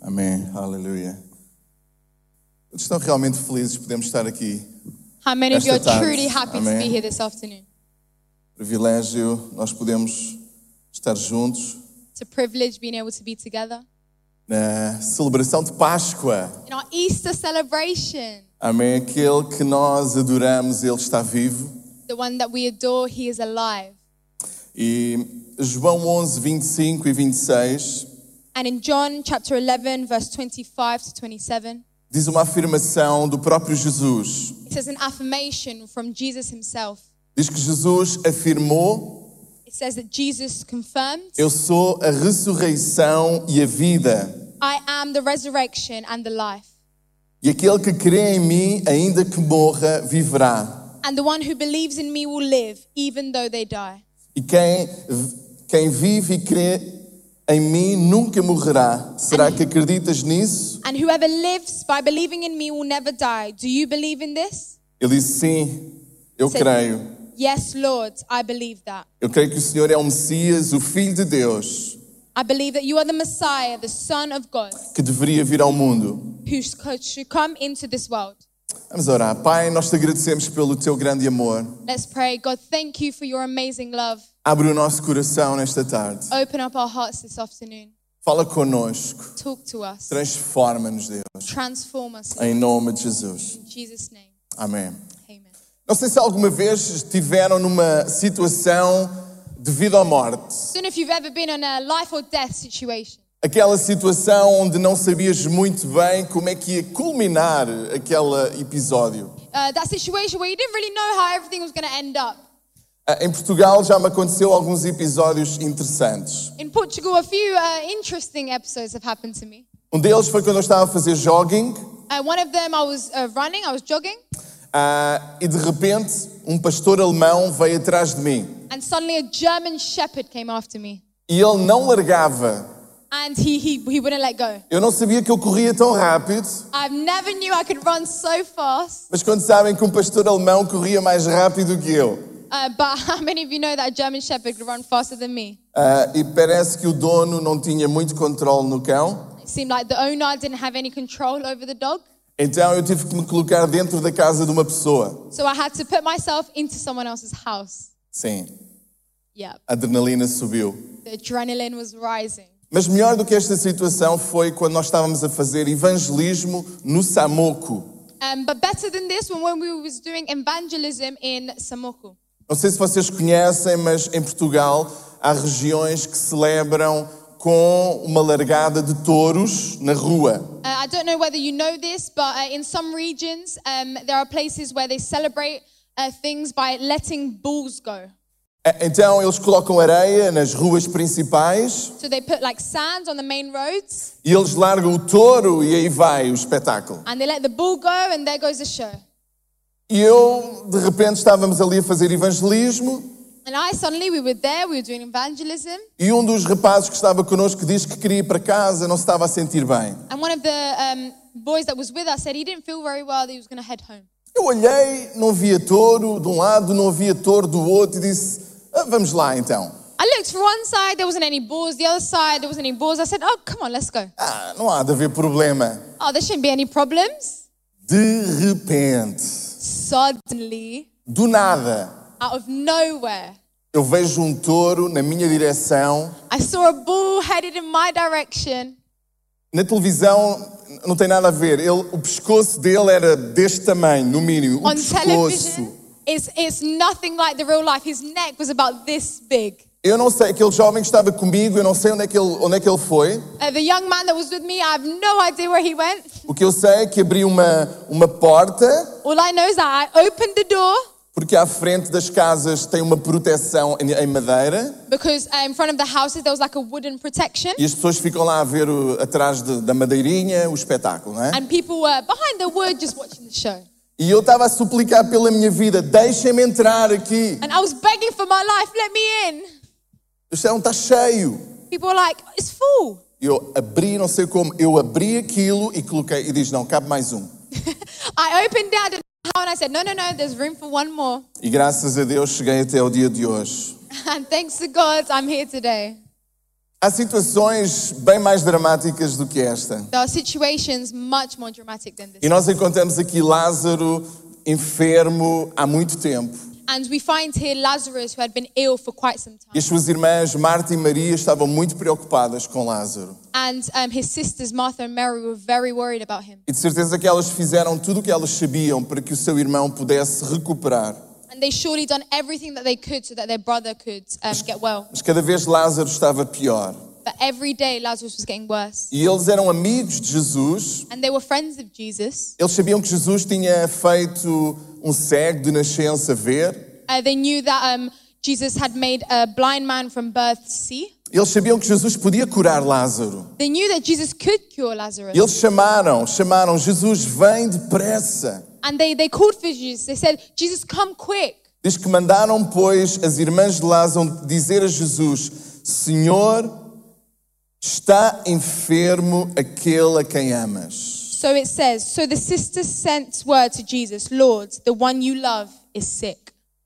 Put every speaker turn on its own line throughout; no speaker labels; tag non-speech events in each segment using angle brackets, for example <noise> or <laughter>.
Amém. Aleluia. Vocês estão realmente felizes de podermos estar aqui?
How many of you are
Esta tarde.
truly happy to
Amém.
be here this afternoon?
Privilégio, nós podemos estar juntos
It's a privilege being able to be together.
na celebração de Páscoa.
In our Easter celebration,
Amém. Aquele que nós adoramos, ele está vivo.
the one that we adore, he is alive.
E João 11, 25 e 26
And in John chapter 11, verse 25 to 27,
diz uma afirmação do próprio Jesus.
it says an affirmation from Jesus himself.
Diz que Jesus afirmou:
It says that Jesus confirmed,
Eu sou a ressurreição e a vida.
I am the resurrection and the life.
E aquele que crê em mim, ainda que morra, viverá.
And the one who believes in me will live, even though they die.
E quem, quem vive e crê em mim nunca morrerá. Será que acreditas nisso?
And whoever lives by believing in me will never die. Do you believe in this?
Ele disse: Sim, eu
Sim.
creio.
Yes, Lord, I believe that.
Eu creio que o Senhor é o Messias, o Filho de Deus,
I believe that you are the Messiah, the Son of God,
que deveria vir ao mundo.
who should come into this world.
Vamos orar. Pai, nós te agradecemos pelo teu grande amor.
Let's pray. God, thank you for your amazing love.
Abre o nosso coração nesta tarde.
Open up our hearts this afternoon.
Fala conosco.
Talk to us.
Transforma-nos, Deus.
Transform us Lord,
Em nome de Jesus.
in Jesus' name.
Amém.
Amen.
Não sei se alguma vez estiveram numa situação de vida ou morte.
Soon, if you've ever been in a life or death situation,
Aquela situação onde não sabias muito bem como é que ia culminar aquele episódio.
uh, that situation where you didn't really know how everything was going to end up.
Ah, Em Portugal já me aconteceu alguns episódios interessantes.
In Portugal, a few uh, interesting episodes have happened to me.
Um deles foi quando eu estava a fazer jogging
Uh, one of them, I was uh, running, I was jogging,
ah, e de repente um pastor alemão veio atrás de mim
and suddenly a German shepherd came after me.
e ele não largava.
And he, he, he wouldn't let go.
Eu não sabia que eu corria tão rápido,
I've never knew I could run so fast.
mas quando sabem que um pastor alemão corria mais rápido que eu.
Uh, but <laughs> how many of you know that a German Shepherd could run faster than me?
Ah, e parece que o dono não tinha muito controle no cão,
It seemed like the owner didn't have any control over the dog.
então eu tive que me colocar dentro da casa de uma pessoa.
So I had to put myself into someone else's house.
Sim,
Yep.
a adrenalina subiu.
The adrenaline was rising.
Mas melhor do que esta situação foi quando nós estávamos a fazer evangelismo no Samoco.
Um, but better than this one when we was doing evangelism in Samoku.
Não sei se vocês conhecem, mas em Portugal há regiões que celebram com uma largada de touros na rua.
Uh, I don't know whether you know this, but uh, in some regions, um, there are places where they celebrate uh, things by letting bulls go.
Ah, Então eles colocam areia nas ruas principais
So they put like sand on the main roads.
e eles largam o touro e aí vai o espetáculo.
And they let the bull go, and there goes the show.
E eu, de repente, estávamos ali a fazer evangelismo
And I suddenly, we were there, we were doing evangelism,
e um dos rapazes que estava connosco disse que queria ir para casa, não se estava a sentir bem.
and one of the um, boys that was with us said he didn't feel very well, that he was going to head home.
Eu olhei, não via touro de um lado, não via touro do outro e disse, "Ah, vamos lá então.
I looked for one side, there wasn't any bulls. The other side, there wasn't any bulls. I said, oh, come on, let's go.
Ah, não há de haver problema.
Oh, there shouldn't be any problems.
De repente,
Suddenly,
do nada,
out of nowhere,
eu vejo um touro na minha direção.
I saw a bull headed in my direction.
Na televisão não tem nada a ver. Ele- o pescoço dele era deste tamanho, no mínimo. O
On
pescoço.
television, it's, it's nothing like the real life. His neck was about this big.
Eu não sei, aquele jovem que estava comigo, eu não sei onde é que ele, onde é que ele foi.
Uh, the young man that was with me, I have no idea where he went.
O que eu sei é que abri uma, uma porta,
All I know is that I opened the door
porque à frente das casas tem uma proteção em, em madeira
because uh, in front of the houses there was like a wooden protection,
e as pessoas ficam lá a ver o- atrás de- da madeirinha o espetáculo, não é?
and people were behind the wood just watching the show.
E eu estava a suplicar pela minha vida: deixem-me entrar aqui.
And I was begging for my life, let me
O chão está cheio.
in. People were like, it's full. <laughs>
Eu abri, não sei como, eu abri aquilo e coloquei, e diz: não, cabe mais um.
I opened it, I didn't know how, and I said, no, no, no, there's room for one more. <laughs>
E graças a Deus cheguei até ao dia de hoje.
And thanks to God, I'm here today.
Há situações bem mais dramáticas do que esta.
There are situations much more dramatic than this.
E nós encontramos aqui Lázaro enfermo há muito tempo.
And we find here Lazarus, who had been ill for quite some
E
time.
as suas irmãs Marta e Maria estavam muito preocupadas com Lázaro.
And um, his sisters, Martha and Mary, were very worried about him.
E de certeza que elas fizeram tudo o que elas sabiam para que o seu irmão pudesse recuperar.
And they surely done everything that they could so that their brother could um, get well.
Mas cada vez Lázaro estava pior.
But every day Lazarus was getting worse.
E eles eram amigos de Jesus.
And they were friends of Jesus.
Eles sabiam que Jesus tinha feito um cego de nascença ver.
Uh, they knew that um, Jesus had made a blind man from birth see.
Eles sabiam que Jesus podia curar Lázaro.
They knew that Jesus could cure Lazarus.
E eles chamaram, chamaram, Jesus, vem depressa.
And they, they called for Jesus. They said, Jesus, come quick.
Diz que mandaram, pois, as irmãs de Lázaro dizer a Jesus: Senhor, está enfermo aquele a quem amas.
So it says, So the sisters sent word to Jesus, Lord, the one you love is sick.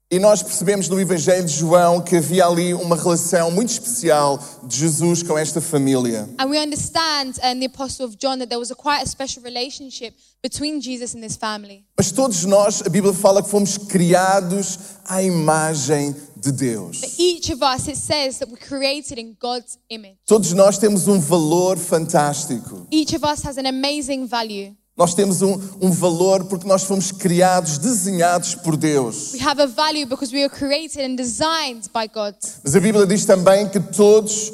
E nós percebemos no Evangelho de João que havia ali uma relação muito especial de Jesus com esta família.
And we understand um, the Apostle of John that there was a quite a special relationship between Jesus and his family.
Mas todos nós, a Bíblia fala que fomos criados à imagem de Deus.
Each of us, it says that we're created in God's image.
Todos nós temos um valor fantástico.
Each of us has an amazing value.
Nós temos um, um valor porque nós fomos criados, desenhados por Deus.
We have a value because we were created and designed by God.
Mas a Bíblia diz também que todos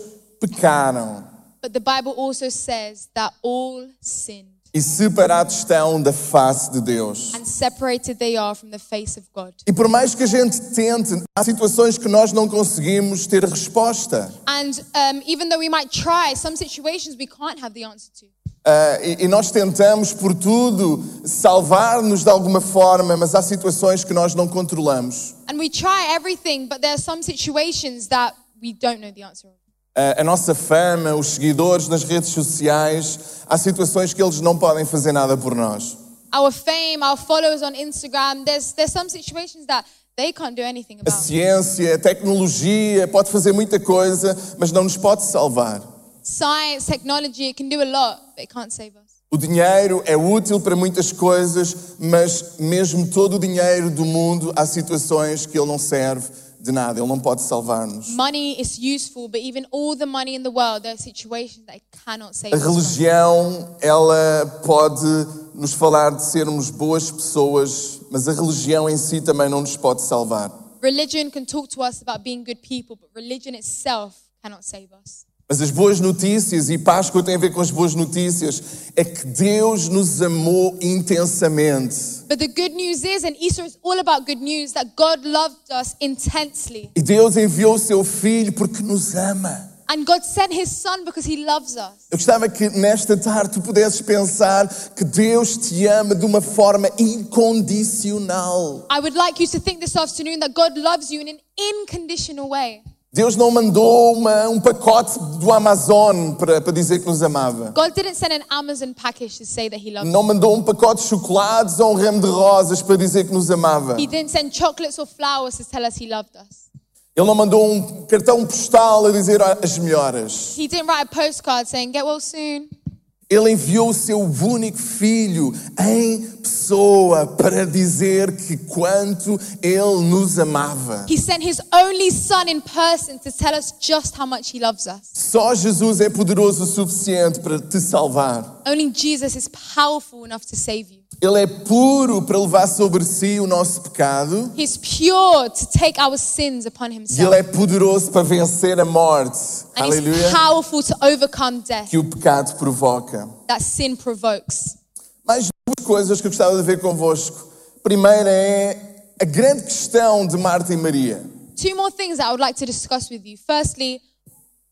pecaram
But the Bible also says that all sinned
e separados estão da face de Deus.
and separated they are from the face of God.
E por mais que a gente tente, há situações que nós não conseguimos ter resposta.
And um, even though we might try, some situations we can't have the answer to.
Ah, e, e nós tentamos, por tudo, salvar-nos de alguma forma, mas há situações que nós não controlamos.
And we try everything, but there are some situations that we don't know the answer of.
Ah, a nossa fama, os seguidores nas redes sociais, há situações que eles não podem fazer nada por nós.
Our fame, our followers on Instagram, there's, there's some situations that they can't do anything
A
about.
ciência, a tecnologia pode fazer muita coisa, mas não nos pode salvar.
Science, technology, it can do a lot, but it can't save us.
O dinheiro é útil para muitas coisas, mas mesmo todo o dinheiro do mundo, há situações que ele não serve de nada, ele não pode salvar-nos.
Money is useful, but even all the money in the world, there are situations that it cannot save
A
us. from.
religião, ela pode nos falar de sermos boas pessoas, mas a religião em si também não nos pode salvar.
Religion can talk to us about being good people, but religion itself cannot save us.
Mas as boas notícias, e Páscoa tem a ver com as boas notícias, é que Deus nos amou intensamente.
But the good news is, and Easter is all about good news, that God loved us intensely.
E Deus enviou o seu filho porque nos ama.
And God sent his son because he loves us.
Eu gostava que nesta tarde tu pudesses pensar que Deus te ama de uma forma incondicional.
I would like you to think this afternoon that God loves you in an unconditional way.
Deus não mandou uma- um pacote do Amazon para, para dizer que nos amava.
God didn't send an Amazon package to say that he loves you.
Não mandou um pacote de chocolates ou um ramo de rosas para dizer que nos amava.
He didn't send chocolates or flowers to tell us he loved us.
Ele não mandou um cartão postal a dizer "Ah, as melhoras.
He didn't write a postcard saying, get well soon.
Ele enviou o seu único filho em pessoa para dizer que quanto ele nos amava.
He sent his only son in person to tell us just how much he loves us.
Só Jesus é poderoso o suficiente para te salvar.
Only Jesus is powerful enough to save you.
Ele é puro para levar sobre si o nosso pecado.
He's pure to take our sins upon
E ele
himself.
é poderoso para vencer a morte.
And
Aleluia.
he's powerful to overcome death
Que o pecado provoca.
that sin provokes.
Mais duas coisas que eu gostava de ver convosco. Primeira é a grande questão de Marta e Maria.
Two more things that I would like to discuss with you. Firstly,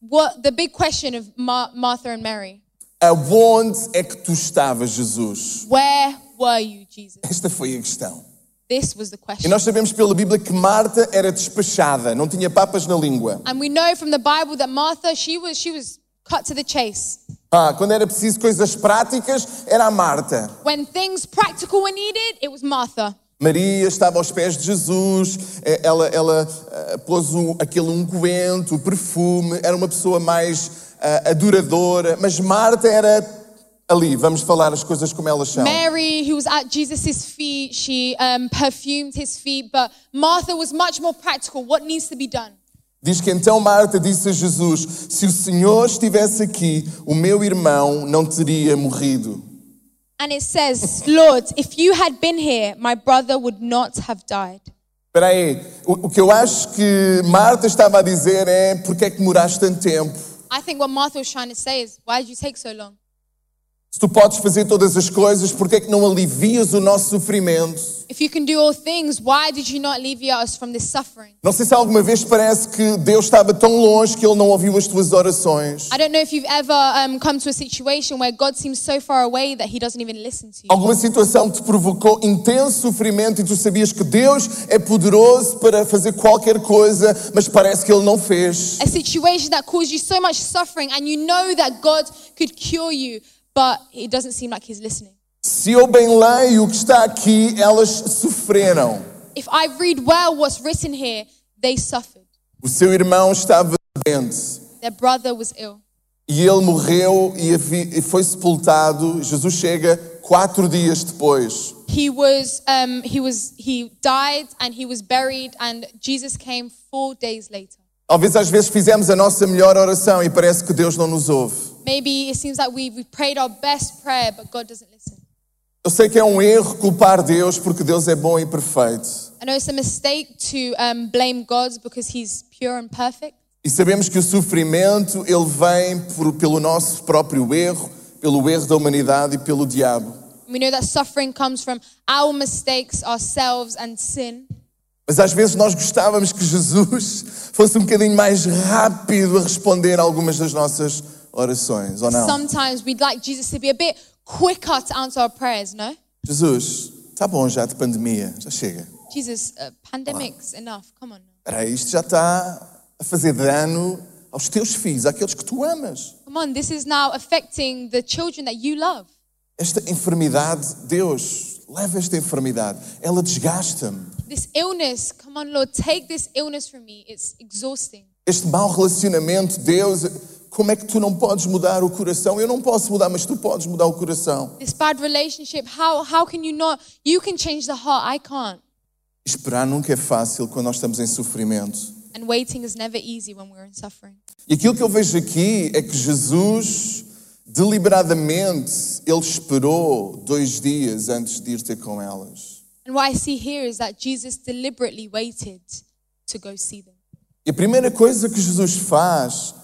what the big question of Mar- Martha and Mary.
Aonde é que tu estavas, Jesus?
Where were you, Jesus?
Esta foi a questão.
This was the
E
question.
nós sabemos pela Bíblia que Marta era despachada, não tinha papas na língua.
And we know from the Bible that Martha, she was she was cut to the chase.
Ah, quando era preciso coisas práticas, era a Marta.
When things practical were needed, it was Martha.
Maria estava aos pés de Jesus, eh, ela, ela ah, pôs o, aquele unguento, o perfume, era uma pessoa mais ah, adoradora, mas Marta era ali, vamos falar as coisas como elas são.
Mary, who was at Jesus' feet, she um, perfumed his feet, but Martha was much more practical. What needs to be done?
Diz que então Marta disse a Jesus: Se o Senhor estivesse aqui, o meu irmão não teria morrido.
And it says, Lord, if you had been here, my brother would not have died.
Espera aí, o, o que eu acho que Marta estava a dizer é: Porquê é que demoraste tanto tempo?
I think what Martha was trying to say is, why did you take so long?
Se tu podes fazer todas as coisas, porquê é que não alivias o nosso sofrimento?
If you can do all things, why did you not alleviate us from this suffering?
Não sei se alguma vez parece que Deus estava tão longe que Ele não ouviu as tuas orações.
I don't know if you've ever um, come to a situation where God seems so far away that he doesn't even listen to you.
Alguma situação que te provocou intenso sofrimento e tu sabias que Deus é poderoso para fazer qualquer coisa, mas parece que Ele não fez.
A situation that caused you so much suffering and you know that God could cure you, but it doesn't seem like he's listening.
Se eu bem leio o que está aqui, elas sofreram.
If I read well what's written here, they suffered.
O seu irmão estava doente
Their brother was ill.
e ele morreu e havi- e foi sepultado. Jesus chega quatro dias depois.
He was, um, he was, he died and he was buried, and Jesus came four days later.
Talvez às vezes fizemos a nossa melhor oração e parece que Deus não nos ouve.
Maybe it seems like we we prayed our best prayer, but God doesn't listen.
Eu sei que é um erro culpar Deus porque Deus é bom e perfeito.
I know it's a mistake to um, blame God because He's pure and perfect.
E sabemos que o sofrimento ele vem por- pelo nosso próprio erro, pelo erro da humanidade e pelo diabo.
We know that suffering comes from our mistakes, ourselves, and sin.
Mas às vezes nós gostávamos que Jesus <laughs> fosse um bocadinho mais rápido a responder a algumas das nossas orações, ou não?
Sometimes we'd like Jesus to be a bit quicker to answer our prayers, no?
Jesus, está bom já de pandemia, já chega.
Jesus, uh, pandemic's enough. Come on.
Espera aí, isto já está a fazer dano aos teus filhos, àqueles que tu amas.
Come on, this is now affecting the children that you love.
Esta enfermidade, Deus, leva esta enfermidade, ela desgasta-me.
This illness, come on, Lord, take this illness from me. It's exhausting.
Este mau relacionamento, Deus, como é que tu não podes mudar o coração? Eu não posso mudar, mas tu podes mudar o coração.
This bad relationship, how, how can you not? You can change the heart, I can't.
Esperar nunca é fácil quando nós estamos em sofrimento.
And waiting is never easy when we're in suffering.
E aquilo que eu vejo aqui é que Jesus, deliberadamente, ele esperou dois dias antes de ir ter com elas.
And what I see here is that Jesus deliberately waited to go see them.
E a primeira coisa que Jesus faz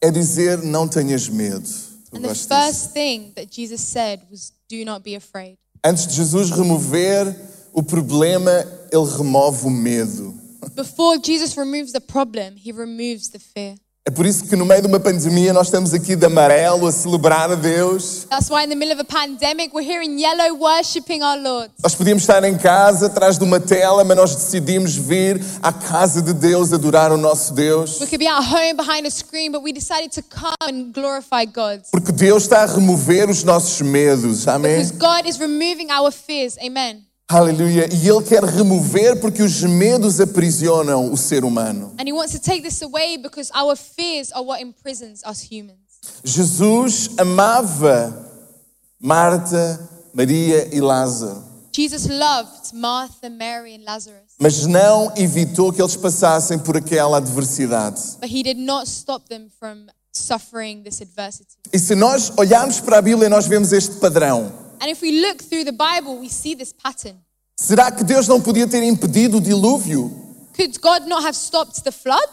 é dizer: Não tenhas medo. Eu
And the
gosto disso.
first thing that Jesus said was, Do not be afraid.
Antes de Jesus remover o problema, ele remove o medo.
Before Jesus removes the problem, he removes the fear.
É por isso que no meio de uma pandemia nós estamos aqui de amarelo a celebrar a Deus.
That's why in the middle of a pandemic, we're here in yellow worshipping our Lord.
Nós podíamos estar em casa, atrás de uma tela, mas nós decidimos vir à casa de Deus adorar o nosso Deus.
We could be at home behind a screen, but we decided to come and glorify God.
Porque Deus está a remover os nossos medos,
Because
amém?
God is removing our fears. Amen.
Aleluia. E Ele quer remover porque os medos aprisionam o ser humano.
And He wants to take this away because our fears are what imprisons us humans.
Jesus amava Marta, Maria e Lázaro,
Jesus loved Martha, Mary, and Lazarus,
mas não evitou que eles passassem por aquela adversidade.
but He did not stop them from suffering this adversity.
E se nós olharmos para a Bíblia, nós vemos este padrão.
And if we look through the Bible, we see this pattern.
Será que Deus não podia ter impedido o dilúvio?
Could God not have stopped the flood?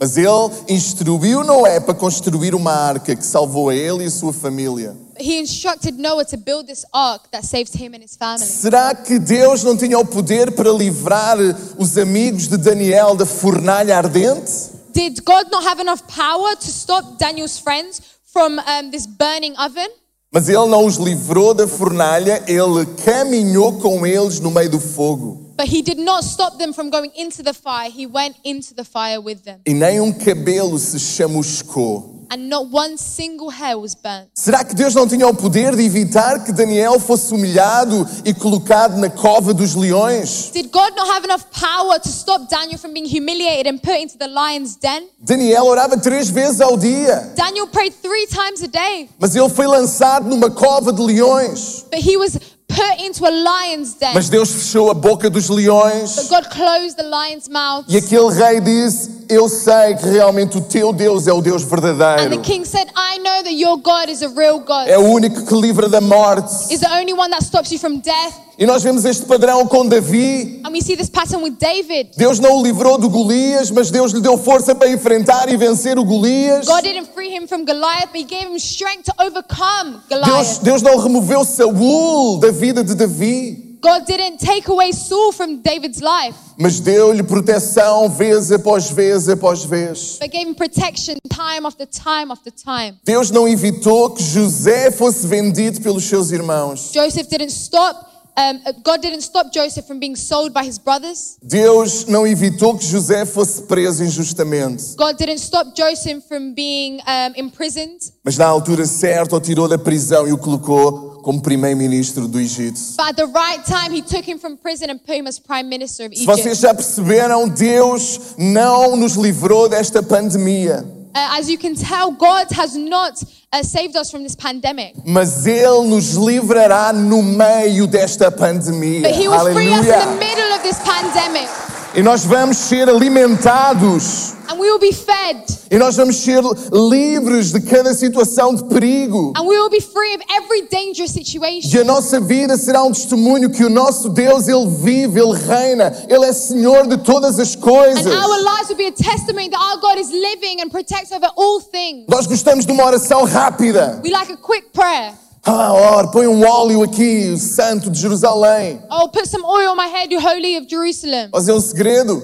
Mas ele instruiu Noé para construir uma arca que salvou a ele e a sua família.
He instructed Noah to build this ark that saved him and his family.
Será que Deus não tinha o poder para livrar os amigos de Daniel da fornalha ardente?
Did God not have enough power to stop Daniel's friends from um, this burning oven?
Mas ele não os livrou da fornalha, ele caminhou com eles no meio do fogo.
But he did not stop them from going into the fire. He went into the fire with them.
E nem um cabelo se chamuscou.
and not one single hair was burnt.
Será que Deus não tinha o poder de evitar que Daniel fosse humilhado e colocado na cova dos leões?
Did God not have enough power to stop Daniel from being humiliated and put into the lion's den?
Daniel orava três vezes ao dia,
Daniel prayed three times a day,
mas ele foi lançado numa cova de leões.
but he was put into a lion's den.
Mas Deus fechou a boca dos
But
leões
God closed the lion's mouth.
e aquele rei disse: Eu sei que realmente o teu Deus é o Deus
And the
verdadeiro,
king said, I know that your God is a real God,
é o único que livra da morte.
is the only one that stops you from death.
E nós vemos este padrão com Davi.
And we see this pattern with David.
Deus não o livrou do Golias, mas Deus lhe deu força para enfrentar e vencer o Golias.
God didn't free him from Goliath, but he gave him strength to overcome
Deus,
Goliath.
Deus não removeu Saul da vida de Davi,
God didn't take away Saul from David's life,
mas deu-lhe proteção vez após vez após vez.
but gave him protection time after time after time.
Deus não evitou que José fosse vendido pelos seus irmãos.
Joseph didn't stop. Um, God didn't stop Joseph from being sold by his brothers.
Deus não evitou que José fosse preso injustamente,
God didn't stop Joseph from being um, imprisoned.
mas na altura certa o tirou da prisão e o colocou como primeiro-ministro do Egito.
But at the right time, he took him from prison and put him as prime minister of
Se
Egypt.
vocês já perceberam, Deus não nos livrou desta pandemia.
Uh, as you can tell, God has not uh, saved us from this pandemic,
Mas Ele nos livrará no meio desta pandemia.
but He will free us in the
Aleluia!
middle of this pandemic,
E nós vamos ser alimentados.
and we will be fed,
E nós vamos ser livres de cada situação de perigo.
and we will be free of every dangerous
E
situation.
a nossa vida será um testemunho que o nosso Deus, Ele vive, Ele reina, Ele é Senhor de todas as coisas.
And our lives will be a testimony that our God is living and protects over all things.
Nós gostamos de uma oração rápida.
We like a quick prayer.
Ah, ora, põe um óleo aqui, o santo de Jerusalém.
Oh, put some oil on my head, you holy of Jerusalem.
Mas é um segredo.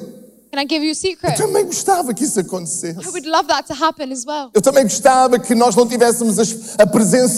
Can I give you a secret?
Também gostava que isso
I
acontecesse.
would love that to happen as well.
Eu também gostava que nós não tivéssemos a, a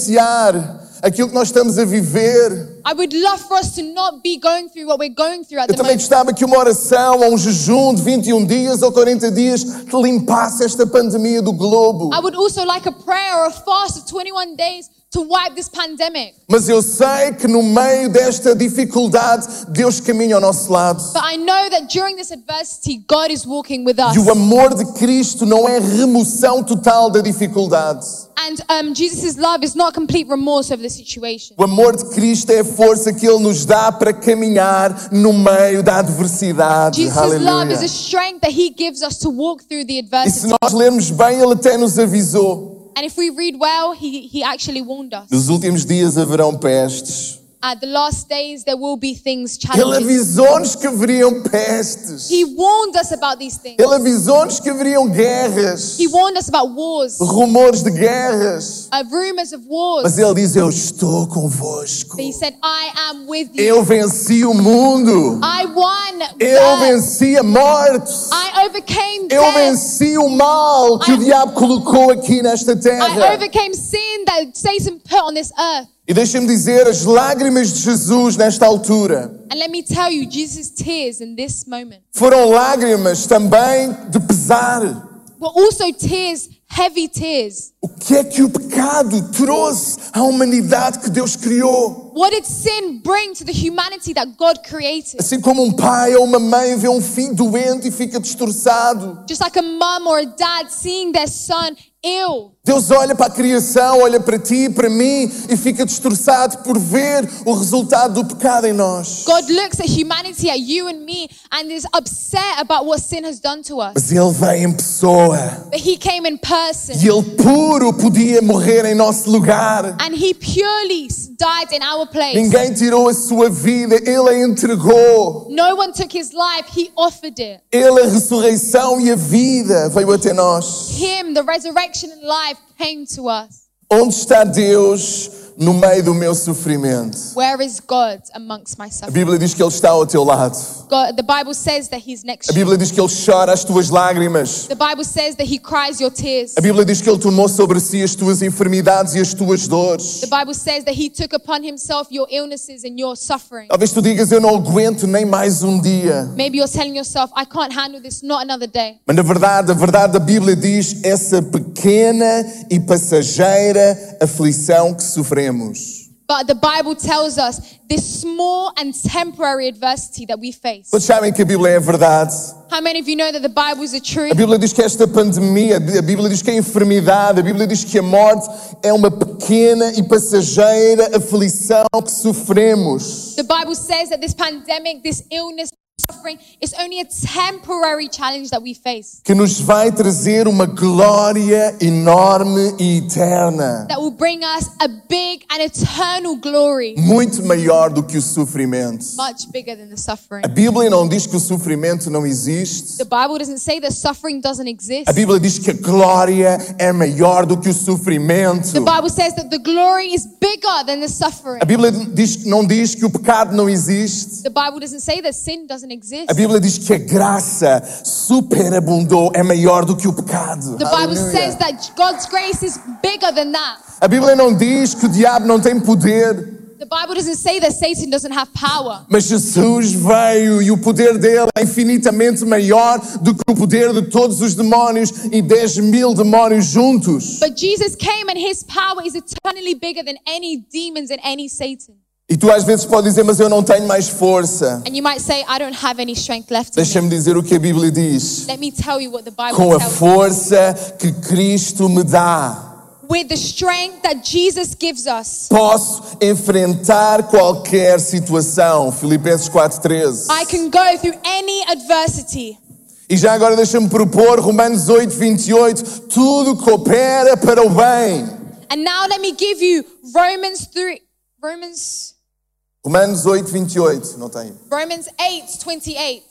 presenciar aquilo que nós estamos a viver.
I would love for us to not be going through what we're going through at
Eu
the
também
moment.
gostava que uma oração ou um jejum de 21 dias ou 40 dias te limpasse esta pandemia do globo.
I would also like a prayer or a fast of 21 days to wipe this pandemic.
Mas eu sei que no meio desta dificuldade, Deus caminha ao nosso lado.
But I know that during this adversity, God is walking with us.
E o amor de Cristo não é remoção total da dificuldade.
And um, Jesus' love is not complete remorse over the situation.
O amor de Cristo é a força que Ele nos dá para caminhar no meio da adversidade.
Jesus' love is
Aleluia.
a strength that he gives us to walk through the
E se
adversity.
nós lermos bem, Ele até nos avisou.
And if we read well, he, he actually warned us.
Nos últimos dias haverão pestes.
At the last days, there will be things
Ele
challenging.
avisou-nos que haveriam pestes.
He warned us about these things.
Ele avisou-nos que haveriam guerras,
He warned us about wars,
rumores de guerras.
uh, rumors of
Mas
wars.
ele diz: Eu estou convosco.
But he said, I am with you.
Eu venci o mundo.
I won.
Eu
death.
venci a morte.
I overcame
Eu
death.
venci o mal que o diabo colocou aqui nesta
I
terra.
overcame sin that Satan put on this earth.
E deixa-me dizer: as lágrimas de Jesus nesta altura
And let me tell you, Jesus' tears in this moment
foram lágrimas também de pesar.
were also tears, heavy tears.
O que é que o pecado trouxe à humanidade que Deus criou?
What did sin bring to the humanity that God created?
Assim como um pai ou uma mãe vê um filho doente e fica destroçado,
Just like a mum or a dad seeing their son ill.
Deus olha para a criação, olha para ti, para mim e fica destroçado por ver o resultado do pecado em nós.
God looks at humanity, at you and me, and is upset about what sin has done to us.
Mas Ele vem em pessoa
But He came in person,
e Ele puro podia morrer em nosso lugar.
and He purely died in our place.
Ninguém tirou a sua vida, Ele a entregou.
No one took His life, He offered it.
Ele, a ressurreição e a vida, veio até nós.
Him, the resurrection and life, came to us.
Onde está Deus no meio do meu sofrimento.
Where is God amongst my
A
suffering?
Bíblia diz que Ele está ao teu lado.
God, the Bible says that He's next
A
to you.
Bíblia diz que Ele chora as tuas lágrimas.
The Bible says that He cries your tears.
A Bíblia diz que Ele tomou sobre si as tuas enfermidades e as tuas dores.
The Bible says that He took upon Himself your illnesses and your suffering.
Talvez tu digas, eu não aguento nem mais um dia.
Maybe you're telling yourself, I can't handle this, not another day.
Mas na verdade, a verdade da Bíblia diz essa pequena e passageira aflição que sofremos.
But the Bible tells us this small and temporary adversity that we face.
Todos sabem que a Bíblia é a verdade.
How many of you know that the Bible is the
A
truth?
Bíblia diz que esta pandemia, a Bíblia diz que a enfermidade, a Bíblia diz que a morte é uma pequena e passageira aflição que sofremos.
The Bible says that this pandemic, this illness, suffering is only a temporary challenge that we face
Que nos vai trazer uma glória enorme e eterna.
that will bring us a big and eternal glory,
Muito maior do que o sofrimento.
much bigger than the suffering.
A Bíblia não diz que o sofrimento não existe.
The Bible doesn't say that suffering doesn't exist.
A Bíblia diz que a glória é maior do que o sofrimento.
The Bible says that the glory is bigger than the suffering.
A Bíblia diz, não diz que o pecado não existe.
The Bible doesn't say that sin doesn't exist.
A Bíblia diz que a graça superabundou, é maior do que o pecado.
The Bible
Aleluia.
says that God's grace is bigger than that.
A Bíblia não diz que o diabo não tem poder,
The Bible doesn't say that Satan doesn't have power.
mas Jesus veio e o poder dele é infinitamente maior do que o poder de todos os demónios e 10 mil demónios juntos.
But Jesus came and his power is eternally bigger than any demons and any Satan.
E tu às vezes podes dizer, mas eu não tenho mais força.
And you might say, I don't have any strength left in me.
Deixa-me dizer o que a Bíblia diz.
Let me tell you what the
com
Bible
a
tells us.
força que Cristo me dá.
With the strength that Jesus gives us,
Posso enfrentar qualquer situação. Filipenses 4:13.
I can go through any adversity.
E já agora deixa-me propor Romanos 8:28, tudo coopera para o bem.
And now let me give you Romans 3, Romans,
Romanos 8:28, não tem.
Romans 8, 28.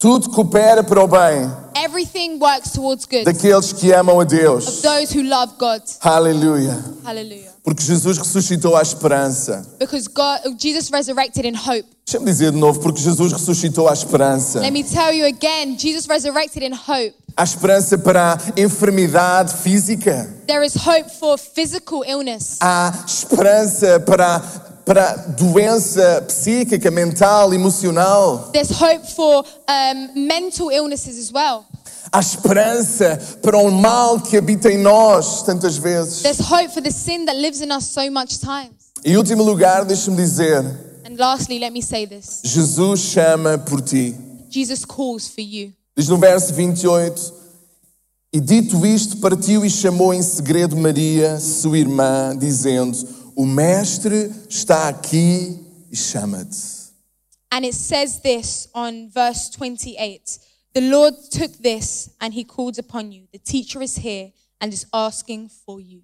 Tudo coopera para o bem
Everything works towards good of
daqueles que amam a Deus.
those who love God.
Aleluia.
Hallelujah.
Porque Jesus ressuscitou a esperança.
Because God, Jesus resurrected in hope.
Deixa-me dizer de novo, porque Jesus ressuscitou a esperança.
Let me tell you again, Jesus resurrected in hope.
A esperança para a enfermidade física.
There is hope for physical illness.
há esperança para, para doença psíquica, mental, emocional.
There's hope for um, mental illnesses as well.
Há esperança para o mal que habita em nós tantas vezes.
There's hope for the sin that lives in us so much times.
Em último lugar, deixa-me dizer,
And lastly, let me say this
Jesus chama por ti.
Jesus calls for you.
Diz no verso 28, e dito isto, partiu e chamou em segredo Maria, sua irmã, dizendo, o Mestre está aqui e chama-te.
And it says this on verse 28 The Lord took this and he called upon you. The teacher is here and is asking for you.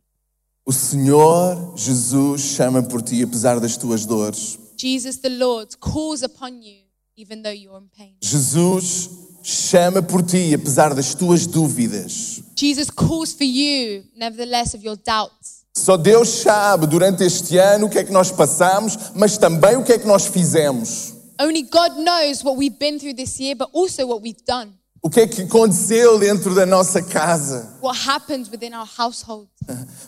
O Senhor Jesus chama por ti, apesar das tuas dores.
Jesus the Lord calls upon you even though you're in pain.
Jesus chama por ti, apesar das tuas dúvidas.
Jesus calls for you, nevertheless, of your doubts.
Só Deus sabe durante este ano o que é que nós passamos, mas também o que é que nós fizemos.
Only God knows what we've been through this year, but also what we've done,
O que é que aconteceu dentro da nossa casa.
what happens within our household.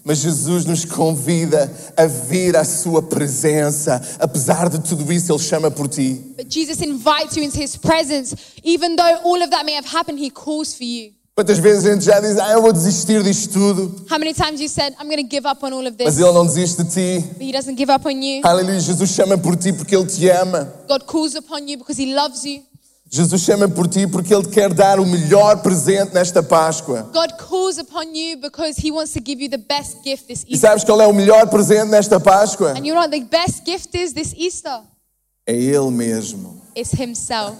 Mas Jesus nos convida a vir à sua presença. Apesar de tudo isso, Ele chama por ti.
But Jesus invites you into his presence. Even though all of that may have happened, he calls for you.
Quantas vezes a gente já diz, ah, eu vou desistir disto tudo.
How many times you said, I'm going to give up on all of
Mas
this,
Ele
but
não desiste de ti.
he doesn't give up on you?
Aleluia, Jesus chama por ti porque Ele te ama.
God calls upon you because he loves you.
Jesus chama por ti porque Ele te quer dar o melhor presente nesta Páscoa.
God calls upon you because he wants to give you the best gift this
E
Easter.
sabes qual é o melhor presente nesta Páscoa?
And you know what the best gift is this Easter?
É Ele mesmo.
It's himself.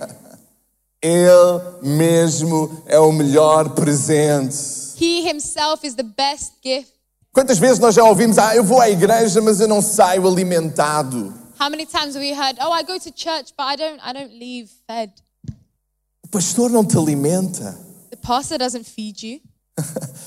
Ele mesmo é o melhor presente.
He himself is the best gift.
Quantas vezes nós já ouvimos, ah, eu vou à igreja, mas eu não saio alimentado.
How many times have we heard, "Oh, I go to church, but I don't I don't leave fed."
O pastor não te alimenta.
The pastor doesn't feed you.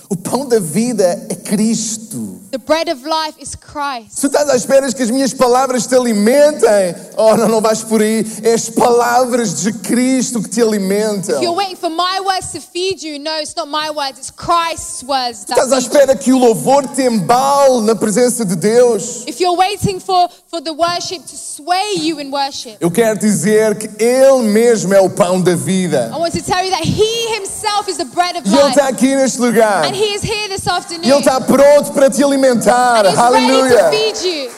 O pão da vida é Cristo.
The bread of life is Christ.
Se estás à espera que as minhas palavras te alimentem, oh, não, não vais por aí. É as palavras de Cristo que te alimentam.
If you're waiting for my words to feed you, no, it's not my words, it's Christ's words. That
Estás à
feed
espera que o louvor te embale na presença de Deus.
you. If you're waiting for, for the worship to sway you in worship,
Eu quero dizer que Ele mesmo é o pão da vida.
I want to tell you that He Himself is the bread of
E Ele
life.
está aqui neste lugar.
And He is here this afternoon.
E Ele está pronto para te alimentar.
and he's
Aleluia.
ready to feed you.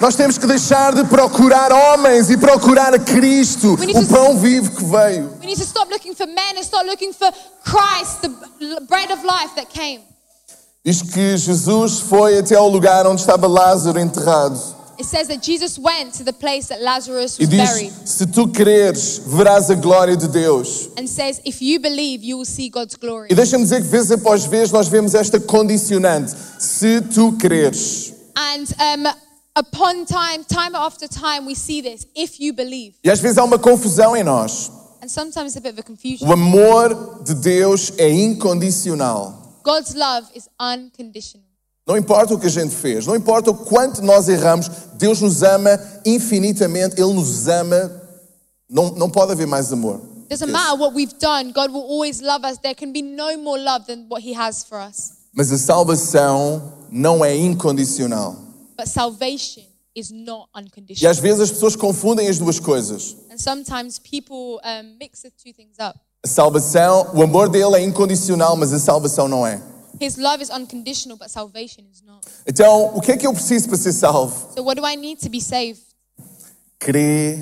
Nós temos que deixar de procurar homens e procurar a Cristo,
We need
o
to-
pão vivo que veio.
We need to stop looking for men and start looking for Christ, the b- bread of life that came.
Diz que Jesus foi até ao lugar onde estava Lázaro enterrado.
It says that Jesus went to the place that Lazarus
E
was
diz:
buried
Se tu creres, verás a glória de Deus.
and says, If you believe, you will see God's glory.
E deixa-me dizer que, vez após vez, nós vemos esta condicionante: Se tu creres.
And um, upon time, time after time, we see this if you believe.
E às vezes há uma confusão em nós.
And sometimes a bit of a confusion.
O amor de Deus é incondicional.
God's love is unconditional.
Não importa o que a gente fez, não importa o quanto nós erramos, Deus nos ama infinitamente, Ele nos ama. Não, não pode haver mais amor.
Doesn't
Esse.
matter what we've done, God will always love us. There can be no more love than what He has for us.
Mas a salvação não é incondicional.
But salvation is not
E
unconditional.
às vezes as pessoas confundem as duas coisas.
And sometimes people um, mix the two things up.
A salvação, o amor dele é incondicional, mas a salvação não é.
His love is unconditional, but salvation is not.
Então, o que é que eu preciso para ser salvo?
So, what do I need to be saved?
Crer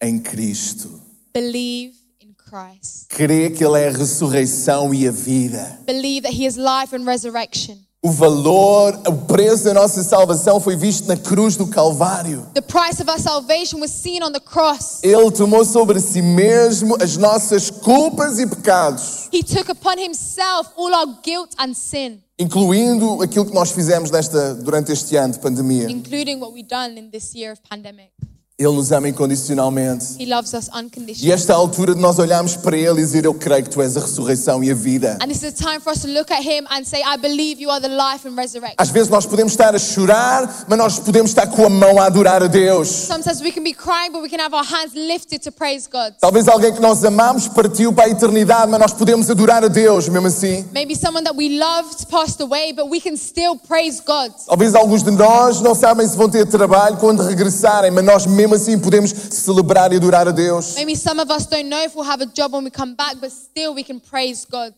em Cristo.
Believe in Christ.
Crer que Ele é a ressurreição e a vida.
Believe that He is life and resurrection.
O valor, o preço da nossa salvação foi visto na cruz do Calvário.
The price of our salvation was seen on the cross.
Ele tomou sobre si mesmo as nossas culpas e pecados,
He took upon Himself all our guilt and sin,
incluindo aquilo que nós fizemos nesta, durante este ano de pandemia.
including what we've done in this year of pandemic.
Ele nos ama incondicionalmente.
He loves us
E
unconditionally.
esta é a altura de nós olharmos para Ele e dizer: Eu creio que Tu és a ressurreição e a vida.
And this is a time for us to look at Him and say, I believe you are the life and resurrection.
Às vezes nós podemos estar a chorar, mas nós podemos estar com a mão a adorar a Deus.
Sometimes we can be crying, but we can have our hands lifted to praise God.
Talvez alguém que nós amamos partiu para a eternidade, mas nós podemos adorar a Deus mesmo assim.
Maybe someone that we loved passed away, but we can still praise God.
Talvez alguns de nós não sabem se vão ter trabalho quando regressarem, mas nós mesmo assim podemos celebrar e adorar a Deus.
Maybe some of us don't know if we'll have a job when we come back, but still we can praise God.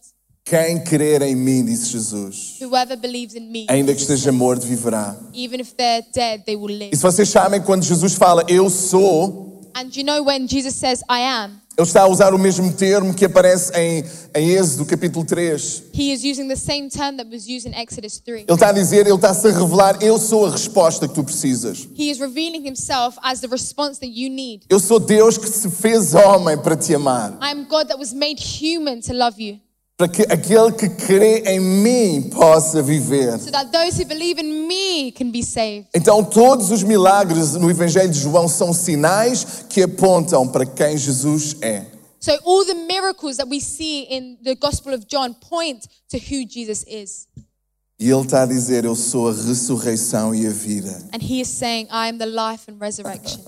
Quem crer em mim, disse Jesus,
Whoever believes in me,
ainda que esteja morto, viverá.
even if they're dead, they will live.
E se vocês sabem, quando Jesus fala eu sou,
And you know, when Jesus says, I am,
ele está a usar o mesmo termo que aparece em, em Êxodo capítulo 3.
he is using the same term that was used in Exodus 3.
Ele está a dizer, ele está-se a revelar, eu sou a resposta que tu precisas.
He is revealing himself as the response that you need.
Eu sou Deus que se fez homem para te amar.
I am God that was made human to love you,
Para que aquele que crê em mim possa viver.
so that those who believe in me can be saved.
Então, todos os milagres no Evangelho de João são sinais que apontam para quem Jesus é.
So all the miracles that we see in the Gospel of John point to who Jesus is.
E ele está a dizer: Eu sou a ressurreição e a vida.
And he is saying, I am the life and resurrection.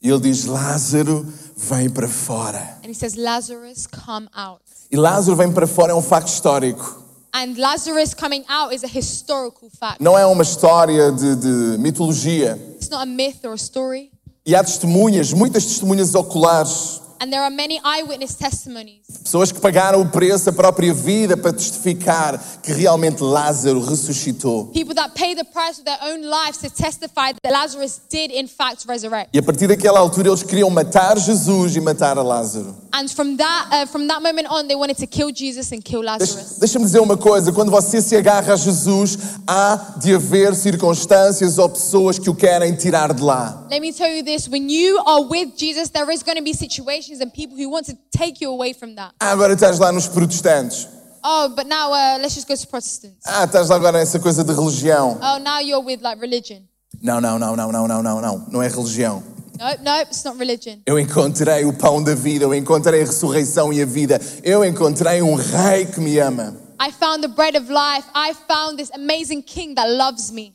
E ele diz: Lázaro, vem para fora.
And he says, Lazarus, come out.
E Lázaro vem para fora é um facto histórico.
And Lazarus coming out is a historical fact.
Não é uma história de, de mitologia.
It's not a myth or a story.
E há testemunhas, muitas testemunhas oculares.
And there are many eyewitness testimonies.
Pessoas que pagaram o preço, a própria vida, para testificar que realmente Lázaro ressuscitou.
People that pay the price of their own lives to testify that Lazarus did in fact resurrect.
E a partir daquela altura eles queriam matar Jesus e matar a Lázaro.
And from that, uh, from that moment on, they wanted to kill Jesus and kill Lazarus.
Deixa- Deixa-me dizer uma coisa: quando você se agarra a Jesus, há de haver circunstâncias ou pessoas que o querem tirar de lá.
Let me tell you this when you are with Jesus, there is going to be situations and people who want to take you away from that.
Ah, agora estás lá nos protestantes.
Oh, but now uh, let's just go to Protestants.
Ah, estás lá agora nessa coisa de religião.
Oh, now you're with like religion.
Não, não, não, não, não, não, não, não. Não é religião.
Nope, nope, it's not religion.
Eu encontrei o pão da vida, eu encontrei a ressurreição e a vida. Eu encontrei um rei que me ama.
I found the bread of life. I found this amazing king that loves me.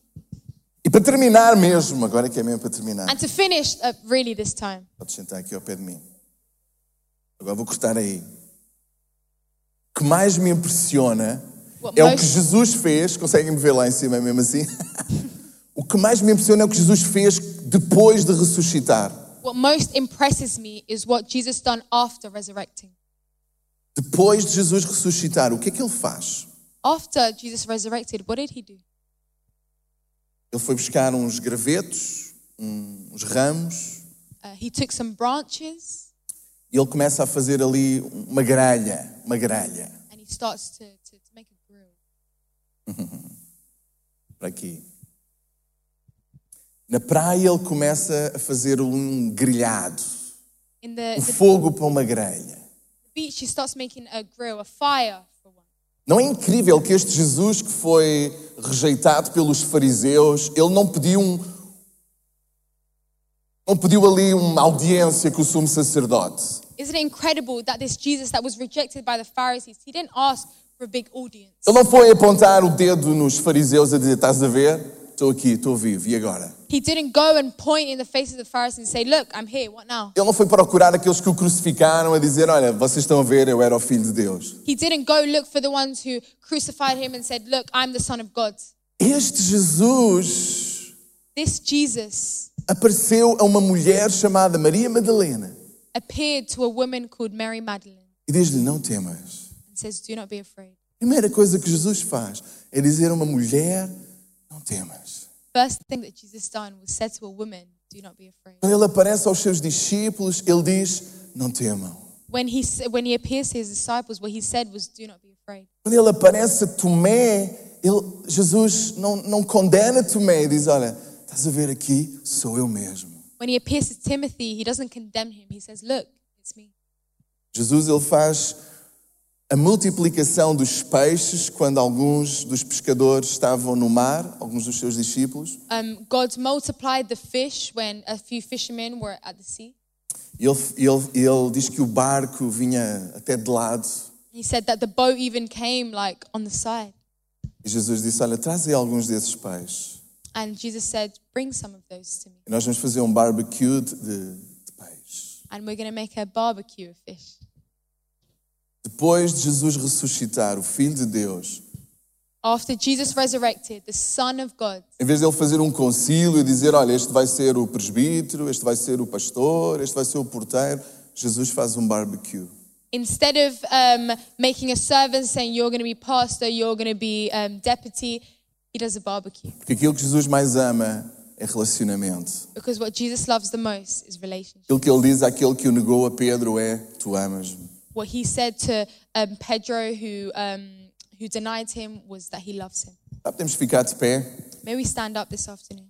E para terminar mesmo, agora é que é mesmo para terminar.
And to finish, uh, really this time,
Podes sentar aqui ao pé de mim. Agora vou cortar aí. O que mais me impressiona
What
é o
most-
que Jesus fez. Conseguem me ver lá em cima mesmo assim? <laughs> o que mais me impressiona é o que Jesus fez depois de ressuscitar.
what most impresses me is what Jesus done after resurrecting.
Depois de Jesus ressuscitar, o que é que ele faz?
After Jesus resurrected, what did he do?
Ele foi buscar uns gravetos, um- uns ramos,
Uh, he took some branches
e ele começa a fazer ali uma gralha, uma gralha,
and he starts to, to, to make a grill.
para aqui. Na praia ele começa a fazer um grelhado,
In the,
um
the
fogo para uma grelha.
beach, he starts making a grill, a fire for one.
Não é incrível que este Jesus que foi rejeitado pelos fariseus, ele não pediu um não pediu ali uma audiência com o sumo sacerdote.
Isn't it incredible that this Jesus that was rejected by the Pharisees, he didn't ask for a big audience.
Ele não foi apontar o dedo nos fariseus a dizer: "Estás a ver? Estou aqui, estou vivo. E agora?"
He didn't go and point in the face of the Pharisees and say, Look, I'm here, what now?
Ele não foi procurar aqueles que o crucificaram a dizer: "Olha, vocês estão a ver, eu era o filho de Deus."
He didn't go look for the ones who crucified him and said, Look, I'm the Son of God.
Este Jesus
This Jesus
apareceu a uma mulher chamada Maria Madalena
appeared to a woman called Mary Magdalene
e diz-lhe: "Não temas."
and says, Do not be afraid.
Primeira coisa que Jesus faz é dizer a uma mulher: não temas.
First thing that Jesus done was said to a woman, Do not be afraid.
Quando ele aparece aos seus discípulos, ele diz: não temam.
When he, s- when he appears to his disciples, what he said was, Do not be afraid.
Quando ele aparece a Tomé, ele- Jesus não, não condena Tomé e diz: olha, estás a ver aqui, sou eu mesmo.
When he appears to Timothy, he doesn't condemn him. He says, Look, it's me.
Jesus ele faz a multiplicação dos peixes quando alguns dos pescadores estavam no mar, alguns dos seus discípulos,
Um, God multiplied the fish when a few fishermen were at the sea.
e ele, ele, ele diz que o barco vinha até de lado.
He said that the boat even came like on the side.
E Jesus disse: Olha, trazem alguns desses pais.
And Jesus said, Bring some of those to me.
E nós vamos fazer um barbecue de, de, de pais.
And we're going to make a barbecue of fish.
Depois de Jesus ressuscitar, o Filho de Deus,
After Jesus resurrected, the Son of God,
em vez de ele fazer um concílio e dizer: Olha, este vai ser o presbítero, este vai ser o pastor, este vai ser o porteiro, Jesus faz um barbecue.
instead of um, making a servant saying, You're going to be pastor, you're going to be um, deputy, he does a barbecue.
Porque aquilo que Jesus mais ama é relacionamento.
Because what Jesus loves the most is relationship.
Aquilo que ele diz àquele que o negou a Pedro é: Tu amas-me.
What he said to um, Pedro, who, um, who denied him, was that he loves him.
Tá, podemos ficar de pé.
May we stand up this afternoon.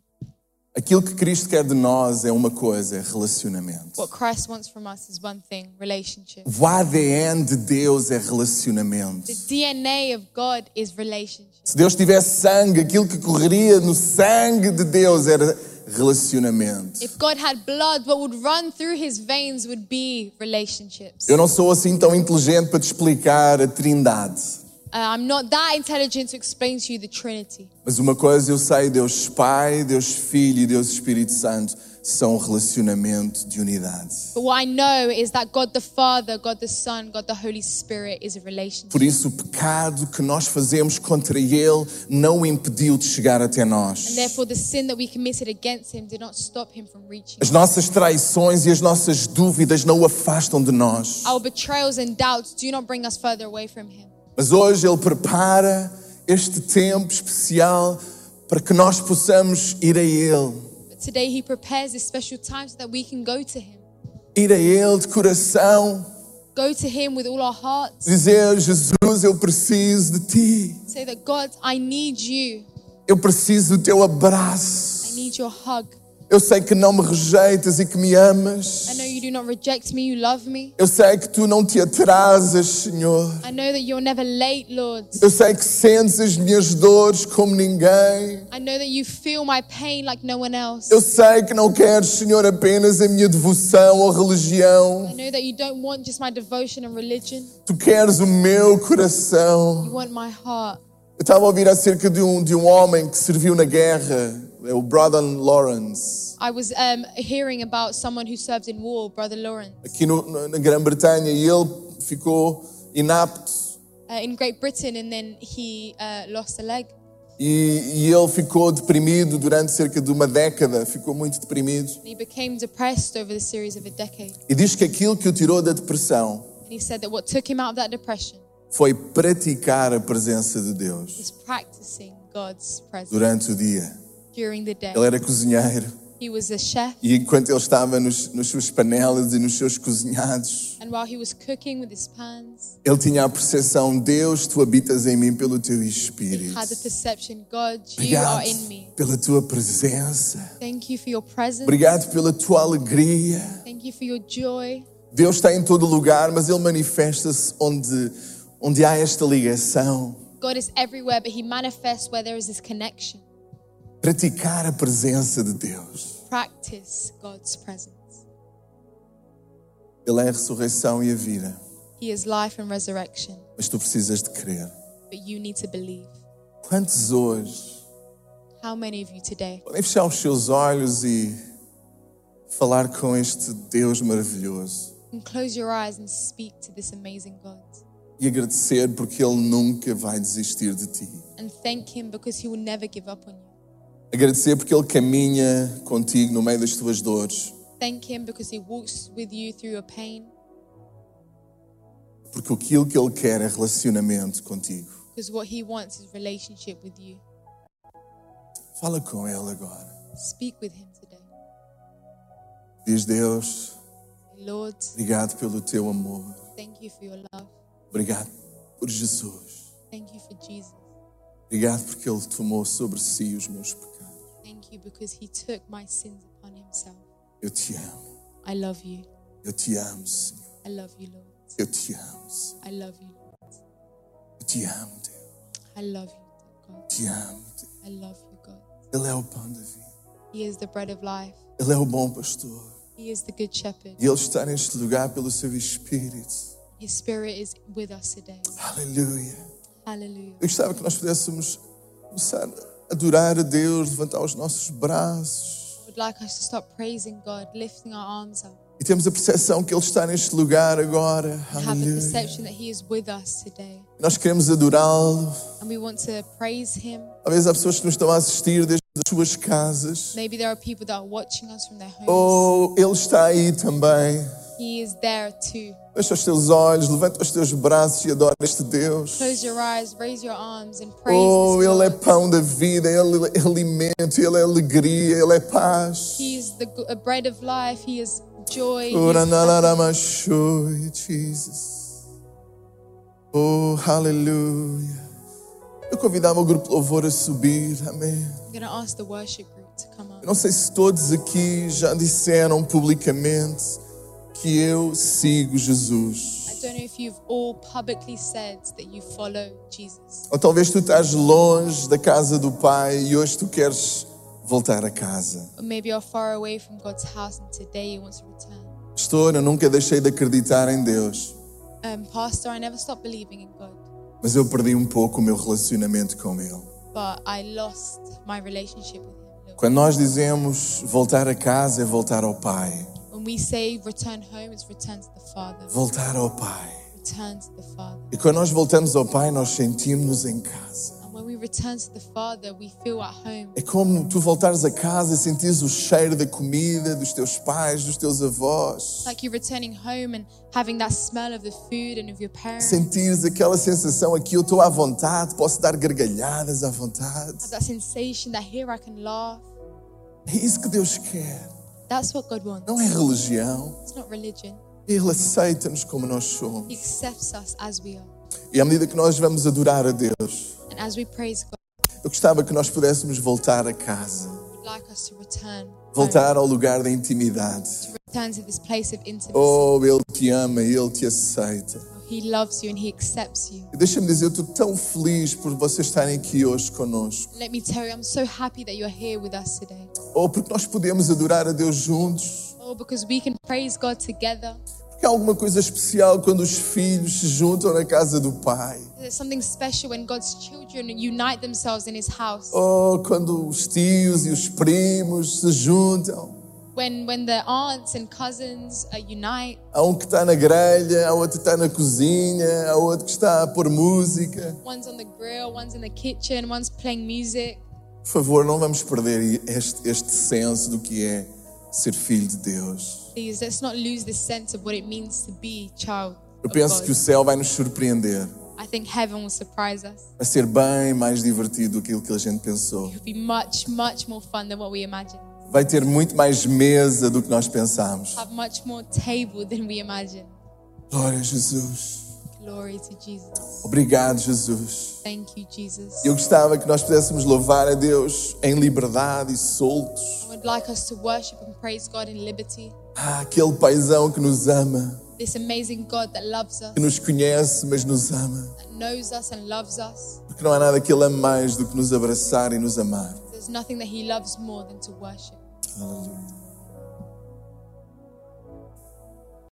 Aquilo que Cristo quer de nós é uma coisa: é relacionamento.
What Christ wants from us is one thing relationship.
O ADN de Deus é relacionamento.
The DNA of God is relationship.
Se Deus tivesse sangue, aquilo que correria no sangue de Deus era relacionamento.
If God had blood, what would run through his veins would be relationships. Uh,
Eu não sou assim tão inteligente para te explicar a Trindade,
Uh, I'm not that intelligent to explain to you the Trinity.
mas uma coisa eu sei: Deus Pai, Deus Filho e Deus Espírito Santo são um relacionamento de unidade.
But what I know is that God the Father, God the Son, God the Holy Spirit is a relationship.
Por isso, o pecado que nós fazemos contra Ele não o impediu de chegar até
And
nós.
therefore, the sin that we committed against him did not stop him from reaching.
As nossas traições e as nossas dúvidas não o afastam de nós.
Our betrayals and doubts do not bring us further away from him.
Mas hoje Ele prepara este tempo especial para que nós possamos ir a Ele.
But today, he prepares this special time so that we can go to him.
Ir a Ele de coração,
Go to him with all our hearts.
dizer: Jesus, eu preciso de Ti,
Say that, God, I need you.
eu preciso do Teu
I
abraço,
need your hug.
Eu sei que não me rejeitas e que me amas.
I know you do not reject me, you love me.
Eu sei que tu não te atrasas, Senhor.
I know that you're never late, Lord.
Eu sei que sentes as minhas dores como ninguém.
I know that you feel my pain like no one else.
Eu sei que não queres, Senhor, apenas a minha devoção ou
I
religião.
know that you don't want just my devotion and religion,
Tu queres o meu coração.
you want my heart.
Eu estava a ouvir acerca de um, de um homem que serviu na guerra, é o Braden Lawrence,
I was um, hearing about someone who served in war, Brother Lawrence,
aqui no- no- na Grã-Bretanha, e ele ficou inapto
uh, in Great Britain, and then he uh, lost a leg.
e, e ele ficou deprimido durante cerca de uma década, ficou muito deprimido.
He became depressed over the series of a decade.
E diz que aquilo que o tirou da depressão
And he said that what took him out of that depression
foi praticar a presença de Deus
was practicing God's presence
durante o dia.
during the day.
Ele era cozinheiro
He was a chef,
e enquanto ele estava nos, nos seus panelas e nos seus cozinhados,
and while he was cooking with his pans,
ele tinha a percepção: Deus, tu habitas em mim pelo teu
he
espírito.
had the perception God, you are
Obrigado
in me.
pela tua presença.
Thank you for your presence.
Obrigado pela tua alegria.
Thank you for your joy.
Deus está em todo lugar, mas Ele manifesta-se onde, onde há esta ligação.
God is everywhere, but he manifests where there is this connection.
Praticar a presença de Deus.
Practice God's presence.
Ele é a ressurreição e a vida.
He is life and resurrection,
Mas tu precisas de crer.
but you need to believe.
Quantos hoje
How many of you today
podem fechar os seus olhos e falar com este Deus maravilhoso
can close your eyes and speak to this amazing God
e agradecer porque Ele nunca vai desistir de ti?
and thank him because he will never give up on you?
Agradecer porque Ele caminha contigo no meio das tuas dores.
Thank him because he walks with you through your pain,
Porque aquilo que Ele quer é relacionamento contigo.
because what he wants is relationship with you.
Fala com Ele agora.
Speak with him today.
Diz Deus,
Lord,
obrigado pelo teu amor.
thank you for your love.
Obrigado por Jesus.
Thank you for Jesus.
Obrigado porque Ele tomou sobre si os meus pecados.
Thank you because he took my sins upon himself.
Eu te amo.
I love you.
Eu te amo, Senhor.
I love you, Lord.
Eu te amo, Senhor.
I love you, Lord.
Eu te amo, Deus.
I love you, God.
Te amo, Deus.
I love you, God.
Ele é o pão da vida.
He is the bread of life.
Ele é o bom pastor.
He is the good shepherd.
E Ele está neste lugar pelo seu Espírito.
His spirit is with us today.
Aleluia.
Hallelujah.
Eu gostava que nós pudéssemos começar a adorar a Deus, levantar os nossos braços.
I would like us to start praising God, lifting our arms up,
E temos a percepção que Ele está neste lugar agora.
and have the
Aleluia.
perception that He is with us today.
Nós queremos adorá-lo.
And we want to praise Him.
Talvez há pessoas que nos estão a assistir desde as suas casas.
Maybe there are people that are watching us from their homes.
Oh, Ele está aí também.
He is there too.
Fecha os teus olhos, levanta os teus braços e adora este Deus.
Close your eyes, raise your arms, and praise
Oh,
this
Ele é
God.
pão da vida, Ele é alimento, Ele é alegria, Ele é paz.
He is the g- uh, bread of life. He is joy. He is happiness.
Uranalaramashoi, Jesus. Oh, aleluia. Eu convidava o grupo de louvor a subir, amém.
I'm going to ask the worship group to come
Eu
up.
não sei se todos aqui já disseram publicamente que eu sigo
I
Jesus.
don't know if you've all publicly said that you follow Jesus.
Ou talvez tu estás longe da casa do Pai e hoje tu queres voltar a casa.
Or maybe you're far away from God's house and today you want to return.
Pastor, eu nunca deixei de acreditar em Deus,
Um, Pastor, I never stopped believing in God,
mas eu perdi um pouco o meu relacionamento com Ele.
but I lost my relationship with Him. Look,
Quando nós dizemos voltar a casa é voltar ao Pai.
when we say return home, it's return to the Father.
Voltar ao Pai.
Return to the Father.
E quando nós voltamos ao Pai, nós sentimos-nos em casa.
And when we return to the Father, we feel at home.
É como tu voltares a casa e sentires o cheiro da comida dos teus pais, dos teus avós.
It's like you're returning home and having that smell of the food and of your parents.
Sentires aquela sensação aqui, eu estou à vontade, posso dar gargalhadas à vontade.
Have that sensation that here I can laugh.
É isso que Deus quer.
That's what God wants.
Não é religião.
It's not religion.
Ele aceita-nos como nós
He
somos.
accepts us as we are.
E à medida que nós vamos adorar a Deus,
And as we praise God,
eu gostava que nós pudéssemos voltar a casa.
He would like us to return.
Voltar ao lugar da intimidade.
return to this place of intimacy.
Oh, Ele te ama, Ele te aceita.
He loves you and He accepts you.
E Deixa-me dizer, eu estou tão feliz por vocês estarem aqui hoje conosco.
Let me tell you, I'm so happy that you're here with us today.
Oh, porque nós podemos adorar a Deus juntos.
Oh, because we can praise God together.
Porque há alguma coisa especial quando os filhos se juntam na casa do Pai.
There's something special when God's children unite themselves in His house.
Oh, quando os tios e os primos se juntam.
When when their aunts and cousins uh, unite.
Há um que está na grelha, há outro que está na cozinha, há outro que está a pôr música.
One's on the grill, one's in the kitchen, one's playing music.
Por favor, não vamos perder este, este senso do que é ser filho de Deus.
Please, let's not lose this sense of what it means to be child.
Eu
of
penso
God.
que o céu vai nos surpreender.
I think heaven will surprise us.
a ser bem mais divertido do que aquilo que a gente pensou.
It'll be much, much more fun than what we imagined.
Vai ter muito mais mesa do que nós pensámos.
Have much more table than we imagined.
Glória a Jesus.
Glory to Jesus.
Obrigado, Jesus.
Thank you, Jesus.
Eu gostava que nós pudéssemos louvar a Deus em liberdade e soltos.
I would like us to worship and praise God in liberty.
Ah, aquele paizão que nos ama,
This amazing God that loves us,
que nos conhece, mas nos ama.
that knows us and loves us.
Porque não há nada que Ele ame mais do que nos abraçar e nos amar.
There's nothing that He loves more than to worship.
Aleluia.